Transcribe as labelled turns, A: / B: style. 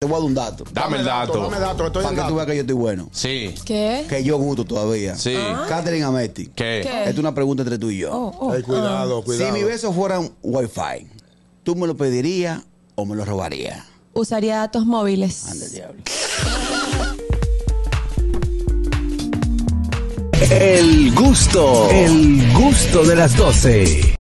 A: Te voy a dar un dato.
B: Dame el dato.
C: Dame dato, estoy
A: Para
C: en
A: que tú
C: dato.
A: veas que yo estoy bueno.
B: Sí.
D: ¿Qué?
A: Que yo gusto todavía.
B: Sí.
A: Catherine Ametti.
B: ¿Qué?
D: ¿Qué?
A: Esta es una pregunta entre Eh, tú y yo.
D: Oh, oh.
C: Ay, cuidado, cuidado.
A: Si Ah. mi beso fuera un Wi-Fi, ¿tú me lo pedirías o me lo robarías?
D: Usaría datos
A: Anda, el
D: móviles.
A: diablo.
E: El gusto, el gusto de las doce.